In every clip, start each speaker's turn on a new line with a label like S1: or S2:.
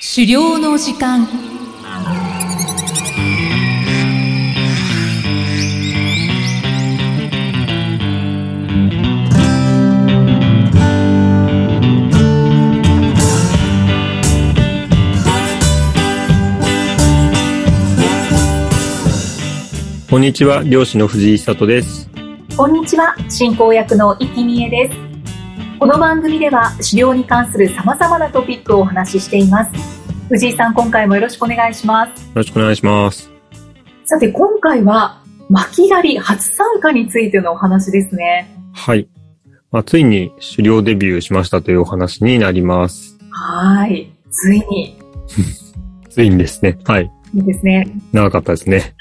S1: 狩猟の時間
S2: こんにちは、漁師の藤井里です。
S3: こんにちは、進行役の生きみえです。この番組では狩猟に関する様々なトピックをお話ししています。藤井さん、今回もよろしくお願いします。
S2: よろしくお願いします。
S3: さて、今回は、巻き狩り初参加についてのお話ですね。
S2: はい。まあ、ついに狩猟デビューしましたというお話になります。
S3: はーい。ついに、
S2: ついにですね。はい。
S3: いいですね。
S2: 長かったです ね。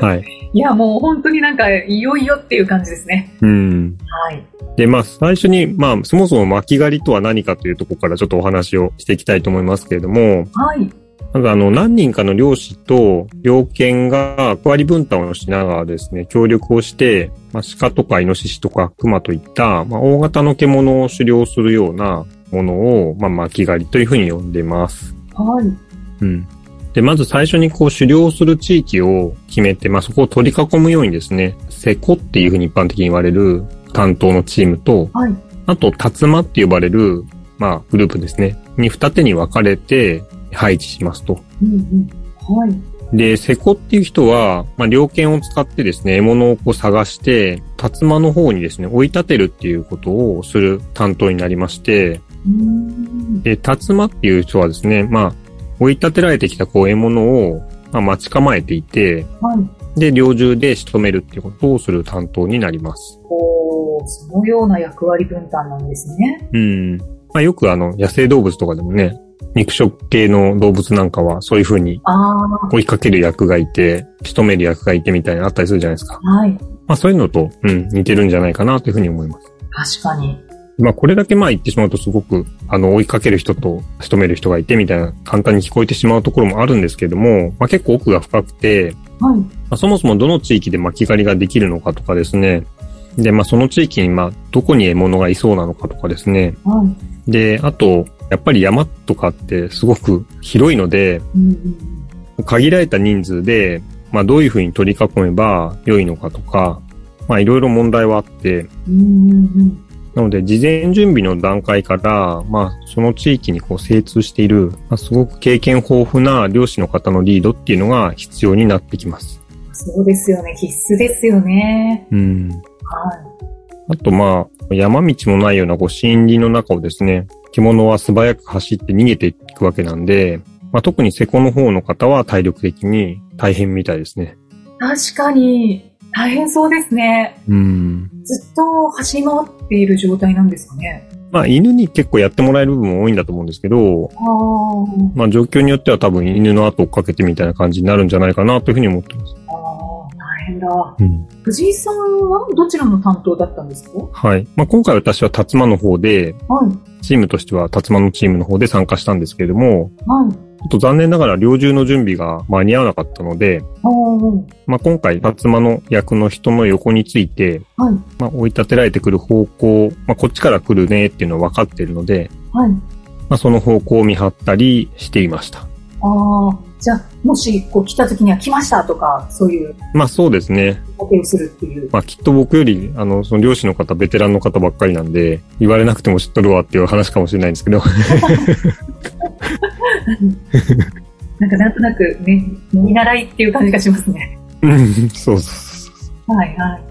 S2: はい。
S3: いや、もう本当になんか、いよいよっていう感じですね。
S2: うん。
S3: はい。
S2: で、まあ、最初に、まあ、そもそも巻き狩りとは何かというところからちょっとお話をしていきたいと思いますけれども、
S3: はい。
S2: まずあの、何人かの猟師と猟犬が役割分担をしながらですね、協力をして、まあ、鹿とかイノシシとか熊といった、まあ、大型の獣を狩猟するようなものを、まあ、巻き狩りというふうに呼んでいます。
S3: はい。
S2: うん。で、まず最初にこう狩猟する地域を決めて、まあ、そこを取り囲むようにですね、セコっていうふうに一般的に言われる担当のチームと、
S3: はい。
S2: あと、竜馬って呼ばれる、まあ、グループですね、に二手に分かれて配置しますと。
S3: うんうん。はい。
S2: で、セコっていう人は、まあ、猟犬を使ってですね、獲物をこう探して、竜馬の方にですね、追い立てるっていうことをする担当になりまして、
S3: うーん。
S2: で、竜馬っていう人はですね、まあ、追い立てられてきたこう獲物を、まあ、待ち構えていて、
S3: はい。
S2: で、猟銃で仕留めるっていうことをする担当になります。
S3: おー、そのような役割分担なんですね。
S2: うん。まあ、よくあの、野生動物とかでもね、肉食系の動物なんかはそういう風に
S3: あー、
S2: 追いかける役がいて、仕留める役がいてみたいなのあったりするじゃないですか。
S3: はい。
S2: まあそういうのと、うん、似てるんじゃないかなというふうに思います。
S3: 確かに。
S2: まあこれだけまあ言ってしまうとすごく、あの、追いかける人と仕留める人がいてみたいな、簡単に聞こえてしまうところもあるんですけれども、まあ結構奥が深くて、
S3: はい。
S2: まあ、そもそもどの地域で巻き狩りができるのかとかですね。で、まあその地域にまあどこに獲物がいそうなのかとかですね。
S3: はい。
S2: で、あと、やっぱり山とかってすごく広いので、
S3: うんうん
S2: 限られた人数で、まあどういうふうに取り囲めば良いのかとか、まあいろいろ問題はあって、
S3: うん。うんうんうん。
S2: なので、事前準備の段階から、まあ、その地域にこう精通している、まあ、すごく経験豊富な漁師の方のリードっていうのが必要になってきます。
S3: そうですよね。必須ですよね。
S2: うん。
S3: は
S2: あと、まあ、山道もないようなこう森林の中をですね、獣は素早く走って逃げていくわけなんで、まあ、特にセコの方の方は体力的に大変みたいですね。
S3: い。確かに、大変そうですね。
S2: うん。
S3: ずっと走り回っている状態なんですかね。
S2: まあ、犬に結構やってもらえる部分も多いんだと思うんですけど、
S3: あー
S2: まあ、状況によっては多分犬の後を追っかけてみたいな感じになるんじゃないかなというふうに思ってます。
S3: あー、大変だ。
S2: うん。
S3: 藤井さんはどちらの担当だったんですか
S2: はい。まあ、今回私は竜馬の方で、
S3: はい。
S2: チームとしては竜馬のチームの方で参加したんですけれども、
S3: はい。
S2: ちょっと残念ながら猟銃の準備が間に合わなかったので、
S3: あー
S2: まあ、今回竜馬の役の人の横について、
S3: はい。
S2: まあ、追い立てられてくる方向、まあ、こっちから来るねっていうのは分かっているので、
S3: はい。
S2: まあ、その方向を見張ったりしていました。
S3: ああ、じゃあ、もし、こう、来た時には来ましたとか、そういう、
S2: まあ、そうですね。
S3: おけをするっていう。
S2: まあ、きっと僕より、あの、その漁師の方、ベテランの方ばっかりなんで、言われなくても知っとるわっていう話かもしれないんですけど、
S3: なんか、なんとなくね、見習いっていう感じがしますね。
S2: うん そうそうそう。
S3: はい、はい。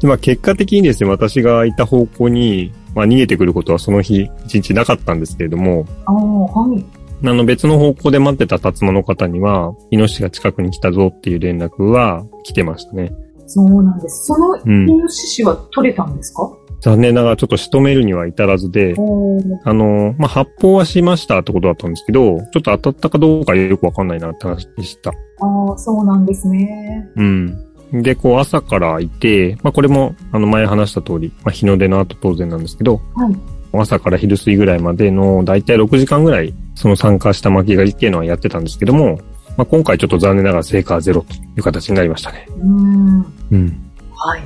S2: でまあ、結果的にですね、私がいた方向に、まあ、逃げてくることはその日一日なかったんですけれども、
S3: ああ、はい。
S2: あの別の方向で待ってた竜馬の方には、イノシシが近くに来たぞっていう連絡は来てましたね。
S3: そうなんです。そのイ
S2: うん
S3: ノシシは取れたんですか、
S2: 残念ながらちょっと仕留めるには至らずで、
S3: おー
S2: あの、まあ、発砲はしましたってことだったんですけど、ちょっと当たったかどうかよくわかんないなって話でした。
S3: ああ、そうなんですね。
S2: うん。で、こう朝からいて、まあ、これも、あの前話した通り、まあ、日の出の後当然なんですけど、
S3: はい。
S2: 朝から昼過ぎぐらいまでの、だいたい6時間ぐらい、その参加した巻き狩りっていうのはやってたんですけども、まあ、今回ちょっと残念ながら成果はゼロという形になりましたね。
S3: うーん。
S2: うん。
S3: はい。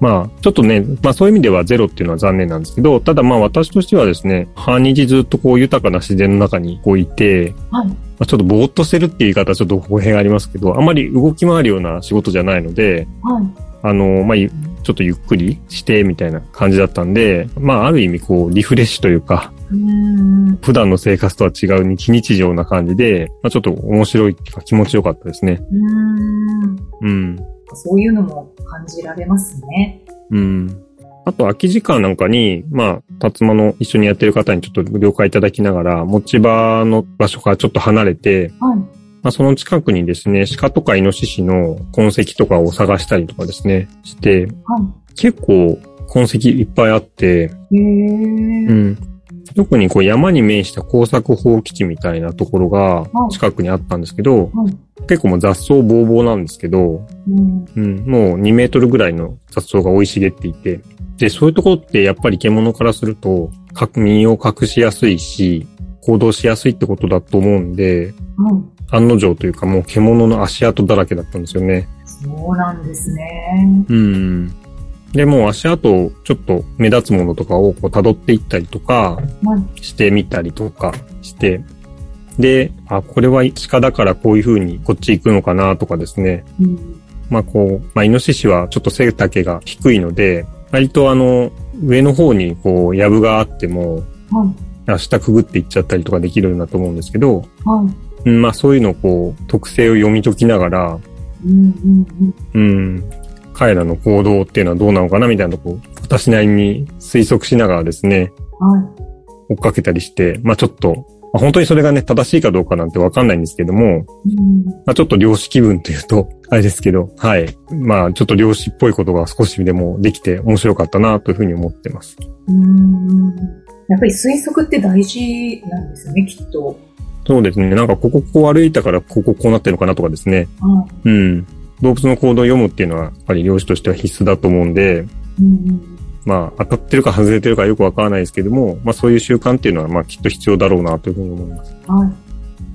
S2: まあ、ちょっとね、まあそういう意味ではゼロっていうのは残念なんですけど、ただまあ私としてはですね、半日ずっとこう豊かな自然の中にこういて、
S3: はい。
S2: まあ、ちょっとぼーっとしてるっていう言い方はちょっと語弊がありますけど、あまり動き回るような仕事じゃないので、
S3: はい。
S2: あの、まあ、ゆちょっとゆっくりしてみたいな感じだったんで、まあ、ある意味こう、リフレッシュというか、
S3: うーん。
S2: 普段の生活とは違う日日常な感じで、まあ、ちょっと面白いっていうか気持ちよかったですね。
S3: うーん。
S2: うん。
S3: そういうのも感じられますね。
S2: うん。あと、空き時間なんかに、まあ、辰馬の一緒にやってる方にちょっと了解いただきながら、持ち場の場所からちょっと離れて、
S3: はい。
S2: まあ、その近くにですね、鹿とかイノシシの痕跡とかを探したりとかですね、して、
S3: は
S2: 結構痕跡いっぱいあって、
S3: い。へえ。
S2: うん。特にこう山に面した工作放基地みたいなところが
S3: はい
S2: 近くにあったんですけど、
S3: はい。
S2: 結構もう雑草ぼうぼうなんですけど、
S3: うん。
S2: うん、もう2メートルぐらいの雑草が生い茂っていて、で、そういうところってやっぱり獣からすると、か身を隠しやすいし、行動しやすいってことだと思うんで、
S3: はい。
S2: 案の定というかもう獣の足跡だらけだったんですよね。
S3: そうなんですね。
S2: うん。で、もう足跡をちょっと目立つものとかをこう辿っていったりとか、
S3: はい。
S2: してみたりとかして、で、あ、これは鹿だからこういう風にこっち行くのかなとかですね。
S3: うん。
S2: まあこう、まあイノシシはちょっと背丈が低いので、割とあの、上の方にこう、藪があっても、
S3: はい。
S2: あ下くぐっていっちゃったりとかできるんだと思うんですけど、
S3: はい。
S2: うんまあそういうのをこう、特性を読み解きながら、
S3: うんうんうん。
S2: うん、彼らの行動っていうのはどうなのかなみたいなとこう、私なりに推測しながらですね、
S3: はい。
S2: 追っかけたりして、まあちょっと、まあ本当にそれがね、正しいかどうかなんてわかんないんですけども、
S3: うん。
S2: まあちょっと漁師気分というと、 あれですけど、はい。まあちょっと漁師っぽいことが少しでもできて面白かったなというふうに思ってます。
S3: うん。やっぱり推測って大事なんですよね、きっと。
S2: そうですね。なんかこここう歩いたからこここうなってるのかなとかですね。
S3: は
S2: うん。動物の行動を読むっていうのは、やっぱり漁師としては必須だと思うんで、
S3: い。うん。
S2: まあ当たってるか外れてるかよくわからないですけども、まあそういう習慣っていうのはまあきっと必要だろうなというふうに思います。
S3: は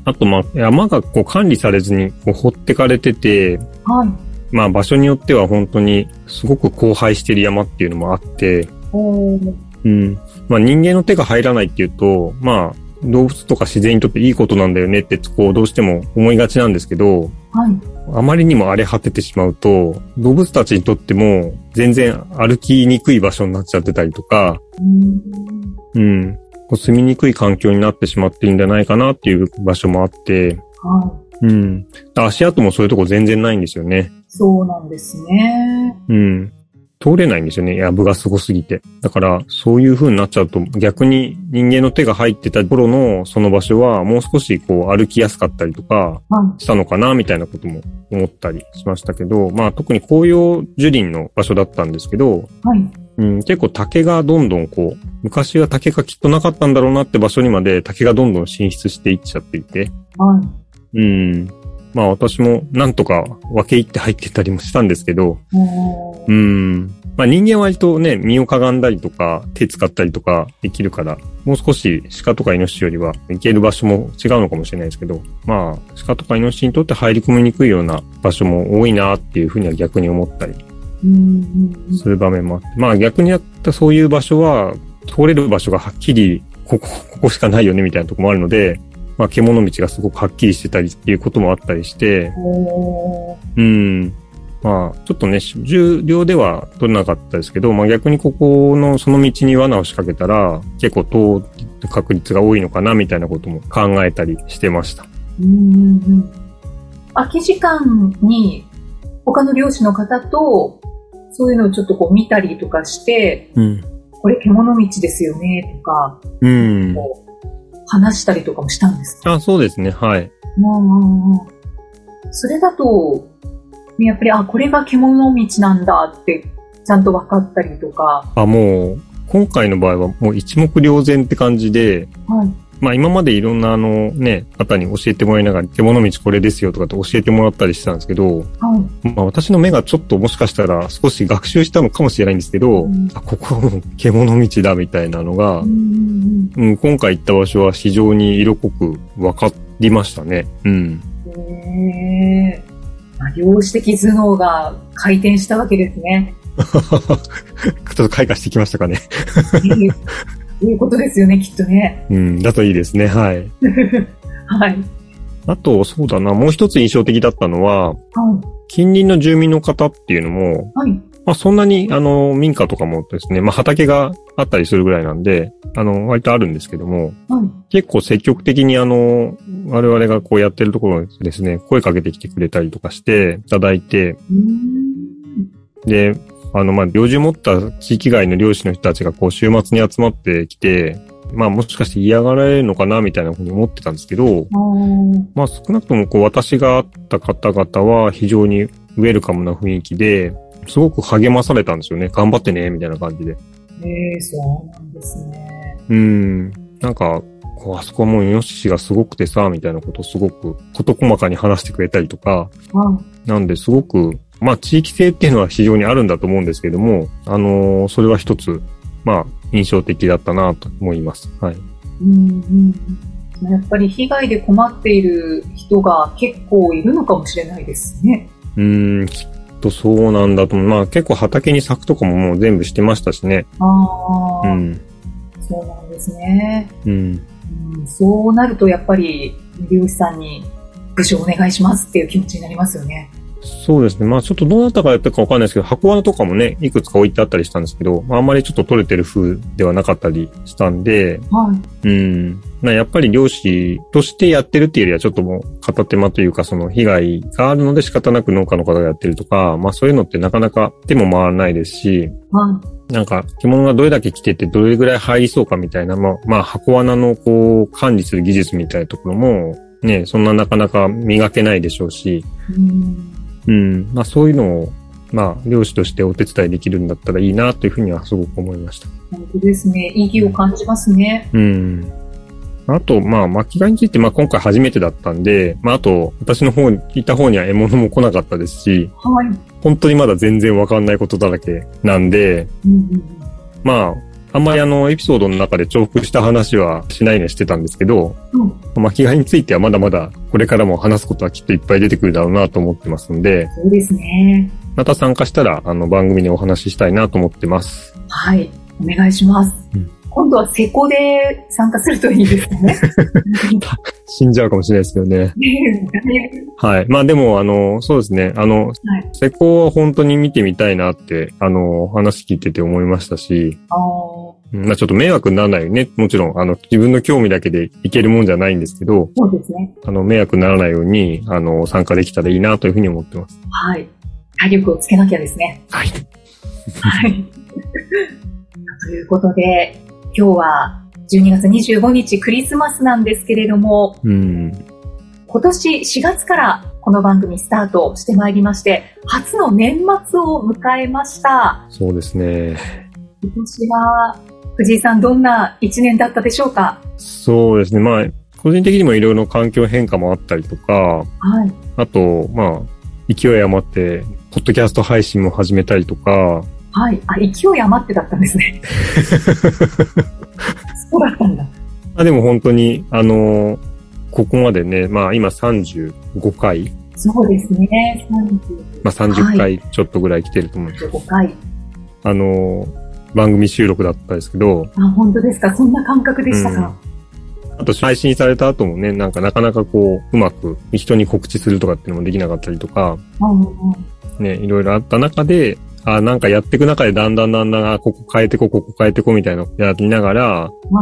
S2: あとまあ山がこう管理されずにこう放ってかれてて、
S3: い。はい。
S2: まあ場所によっては本当にすごく荒廃してる山っていうのもあって、
S3: おー。
S2: うん。まあ人間の手が入らないっていうと、まあ動物とか自然にとっていいことなんだよねってこうどうしても思いがちなんですけど、
S3: はい。
S2: あまりにも荒れ果ててしまうと、動物たちにとっても全然歩きにくい場所になっちゃってたりとか、
S3: うん。
S2: うん。こう住みにくい環境になってしまっているんじゃないかなっていう場所もあって、
S3: は
S2: うん。足跡もそういうとこ全然ないんですよね。
S3: い。そうなんですね。
S2: うん。通れないんですよね。やぶがすごすぎて。だから、そういう風になっちゃうと、逆に人間の手が入ってた頃のその場所は、もう少しこう歩きやすかったりとか
S3: は
S2: したのかな、みたいなことも思ったりしましたけど、まあ特に紅葉樹林の場所だったんですけど、
S3: い。はい。
S2: うん、結構竹がどんどんこう、昔は竹がきっとなかったんだろうなって場所にまで竹がどんどん進出していっちゃっていて、
S3: はい。
S2: うん。まあ私もなんとか分け入って入ってたりもしたんですけど、
S3: お
S2: う
S3: ー。
S2: ん。まあ人間は割とね、身をかがんだりとか、手使ったりとかできるから、もう少し鹿とかイノシシよりは行ける場所も違うのかもしれないですけど、まあ鹿とかイノシシにとって入り込みにくいような場所も多いなっていうふうには逆に思ったり
S3: うんうん
S2: する場面もあって、まあ逆にやったそういう場所は、通れる場所がはっきり、ここ、ここしかないよねみたいなとこもあるので、まあ獣道がすごくはっきりしてたりっていうこともあったりして、
S3: うん。おー。
S2: うん。まあ、ちょっとね、重量では取れなかったですけど、まあ逆にここの、その道に罠を仕掛けたら、結構通る確率が多いのかな、みたいなことも考えたりしてました。
S3: うんうんうん空き時間に他の漁師の方とそういうのをちょっとこう見たりとかして
S2: うん。
S3: これ獣道ですよねとか
S2: うん。
S3: こう話したりとかもしたんですか
S2: あ、そうですね、はい。
S3: まあまあまあそれだとやっぱりあこれが獣道なんだってちゃんと分かったりとか、
S2: あ、もう、今回の場合はもう一目瞭然って感じで、
S3: はい、
S2: まあ今までいろんなあのね、方に教えてもらいながら、獣道これですよとかって教えてもらったりしてたんですけど、
S3: はい、
S2: まあ私の目がちょっともしかしたら少し学習したのかもしれないんですけど、
S3: うん
S2: あここはもう獣道だみたいなのが、
S3: うんうん
S2: うん今回行った場所は非常に色濃く分かりましたね。うん。
S3: うんへえまあ量子的頭脳が回転したわけですね
S2: ちょっと開花してきましたかね。
S3: いいいうことですよね、きっとね。
S2: うん。だといいですね。はい。
S3: はい。
S2: あと、そうだな、もう一つ印象的だったのは、近隣の住民の方っていうのも、
S3: はい。はい。
S2: まあ、そんなに、あの、民家とかもですね、まあ、畑があったりするぐらいなんで、あの、割とあるんですけども、
S3: はい。
S2: 結構積極的にあの、我々がこうやってるところにですね、声かけてきてくれたりとかしていただいて、
S3: うーん。
S2: で、あの、まあ、猟銃持った地域外の猟師の人たちがこう週末に集まってきて、まあもしかして嫌がられるのかなみたいなふうに思ってたんですけど、
S3: あー
S2: まあ少なくともこう私が会った方々は非常にウェルカムな雰囲気で、すごく励まされたんですよね。頑張ってね、みたいな感じで。
S3: ええそうなんですね。
S2: うん。なんか、こうあそこはもうイノシシがすごくてさ、みたいなことをすごく事細かに話してくれたりとか、
S3: は
S2: なんで、すごく、まあ、地域性っていうのは非常にあるんだと思うんですけども、あのーそれは一つ、まあ、印象的だったなと思います。はい。
S3: い。うんうん。やっぱり被害で困っている人が結構いるのかもしれないですね。
S2: うーん、きっとそうなんだと思う。まあ、結構畑に咲くとかももう全部してましたしね。
S3: ああ、
S2: うん。
S3: そうなんですね。
S2: うん。
S3: うんそうなるとやっぱり漁師さんに部署お願いしますっていう気持ちになりますよね。
S2: そうですね。まあ、ちょっとどなたがやったかわかんないですけど、箱罠とかもね、いくつか置いてあったりしたんですけど、まあ、あんまりちょっと取れてる風ではなかったりしたんで、
S3: はい。
S2: うん。まあやっぱり漁師としてやってるっていうよりは、ちょっともう片手間というか、その被害があるので仕方なく農家の方がやってるとか、まあそういうのってなかなか手も回らないですし、
S3: は
S2: なんか着物がどれだけ着ててどれぐらい入りそうかみたいな、まあ、まあ箱穴のこう管理する技術みたいなところも、ね、そんななかなか磨けないでしょうし、
S3: い。うん。
S2: うん。まあそういうのを、まあ漁師としてお手伝いできるんだったらいいなというふうにはすごく思いました。
S3: 本当ですね。意義を感じますね。
S2: うん。あと、まあ、巻き貝について、まあ、今回初めてだったんで、まあ、あと、私の方に、いた方には獲物も来なかったですし、
S3: はい。
S2: 本当にまだ全然わかんないことだらけなんで、
S3: うんうんうん。
S2: まあ、あんまりあの、エピソードの中で重複した話はしないようにしてたんですけど、
S3: うん
S2: 巻き貝についてはまだまだ、これからも話すことはきっといっぱい出てくるだろうなと思ってますんで、
S3: そうですね。
S2: また参加したら、あの、番組でお話ししたいなと思ってます。
S3: はい。お願いします。
S2: うん
S3: 今度はセコで参加するといい ですね。
S2: 死んじゃうかもしれないですけどね。はい。まあでも、あの、そうですね。あの、
S3: はい
S2: 施工は本当に見てみたいなって、あの、話聞いてて思いましたし、
S3: あー
S2: うんまあちょっと迷惑にならないようにね、もちろん、あの、自分の興味だけでいけるもんじゃないんですけど、
S3: そうですね。
S2: あの、迷惑にならないように、あの、参加できたらいいなというふうに思ってます。
S3: はい。体力をつけなきゃですね。
S2: はい。
S3: はい。 ということで、今日は12月25日クリスマスなんですけれども、
S2: うん。
S3: 今年4月からこの番組スタートしてまいりまして、初の年末を迎えました。
S2: そうですね。
S3: 今年は、藤井さんどんな1年だったでしょうか
S2: そうですね。まあ、個人的にもいろいろ環境変化もあったりとか、
S3: はい。
S2: あと、まあ、勢い余って、ポッドキャスト配信も始めたりとか、
S3: はい。あ、勢い余ってだったんです ね。そうだったんだ。
S2: まあでも本当に、あのーここまでね、まあ今35回、
S3: そうですね。
S2: まあ30回ちょっとぐらい来てると思うんです、
S3: 35回。
S2: あのー番組収録だったんですけど、
S3: あ、本当ですか。そんな感覚でしたか。
S2: あと配信された後もね、なんかなかなかこう、うまく人に告知するとかっていうのもできなかったりとか、
S3: うんうんうん
S2: ね、いろいろあった中で、あなんかやっていく中でだんだんだんだん、あここ変えてこ、ここ変えてこみたいなのをやりながら、
S3: はい
S2: ま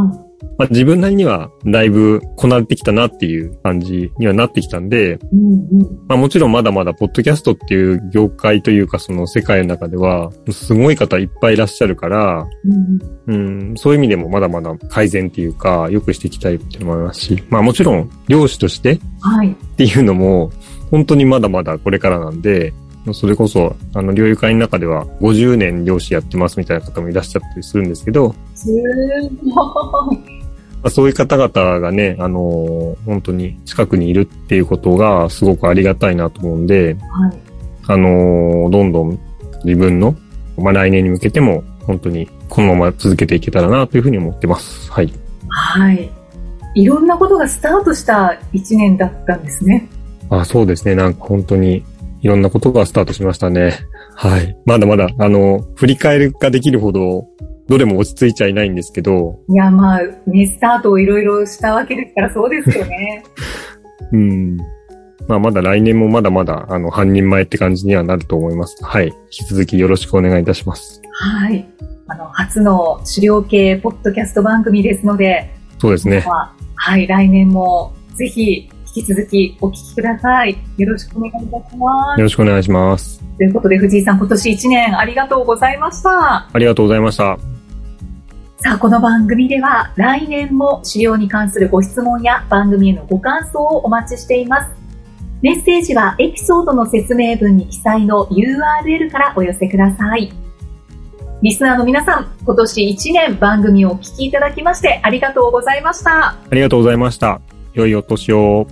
S2: あ自分なりにはだいぶこなれてきたなっていう感じにはなってきたんで、
S3: うんうん
S2: まあもちろんまだまだポッドキャストっていう業界というかその世界の中ではすごい方いっぱいいらっしゃるから、
S3: うん
S2: うん、そういう意味でもまだまだ改善っていうか良くしていきたいっていうのもありますし、まあもちろん漁師としてっ
S3: はい。
S2: ていうのも本当にまだまだこれからなんで、それこそあの猟友会の中では50年漁師やってますみたいな方もいらっしゃったりするんですけど、
S3: すごい。
S2: まあそういう方々がね、あの本当に近くにいるっていうことがすごくありがたいなと思うんで、
S3: はい。
S2: あのーどんどん自分の、まあ、来年に向けても、本当にこのまま続けていけたらなというふうに思ってます。はい。
S3: はい。いろんなことがスタートした1年だったんですね。
S2: あそうですね。なんか本当にいろんなことがスタートしましたね。はい。まだまだ、あの、振り返るができるほど、どれも落ち着いちゃいないんですけど、
S3: いや、まあ、ね、スタートをいろいろしたわけですから、そうですよね。
S2: うん。まあ、まだ来年もまだまだ、あの、半人前って感じにはなると思います。はい。引き続きよろしくお願いいたします。
S3: はい。あの、初の狩猟系ポッドキャスト番組ですので、
S2: そうですね。
S3: まあはい、来年もぜひ引き続きお聞きください。よろしくお願いいたします。
S2: よろしくお願いします。
S3: ということで、藤井さん、今年1年ありがとうございました。
S2: ありがとうございました。
S3: さあ、この番組では来年も資料に関するご質問や番組へのご感想をお待ちしています。メッセージはエピソードの説明文に記載の URL からお寄せください。リスナーの皆さん、今年1年番組をお聞きいただきましてありがとうございました。
S2: ありがとうございました。良いお年を。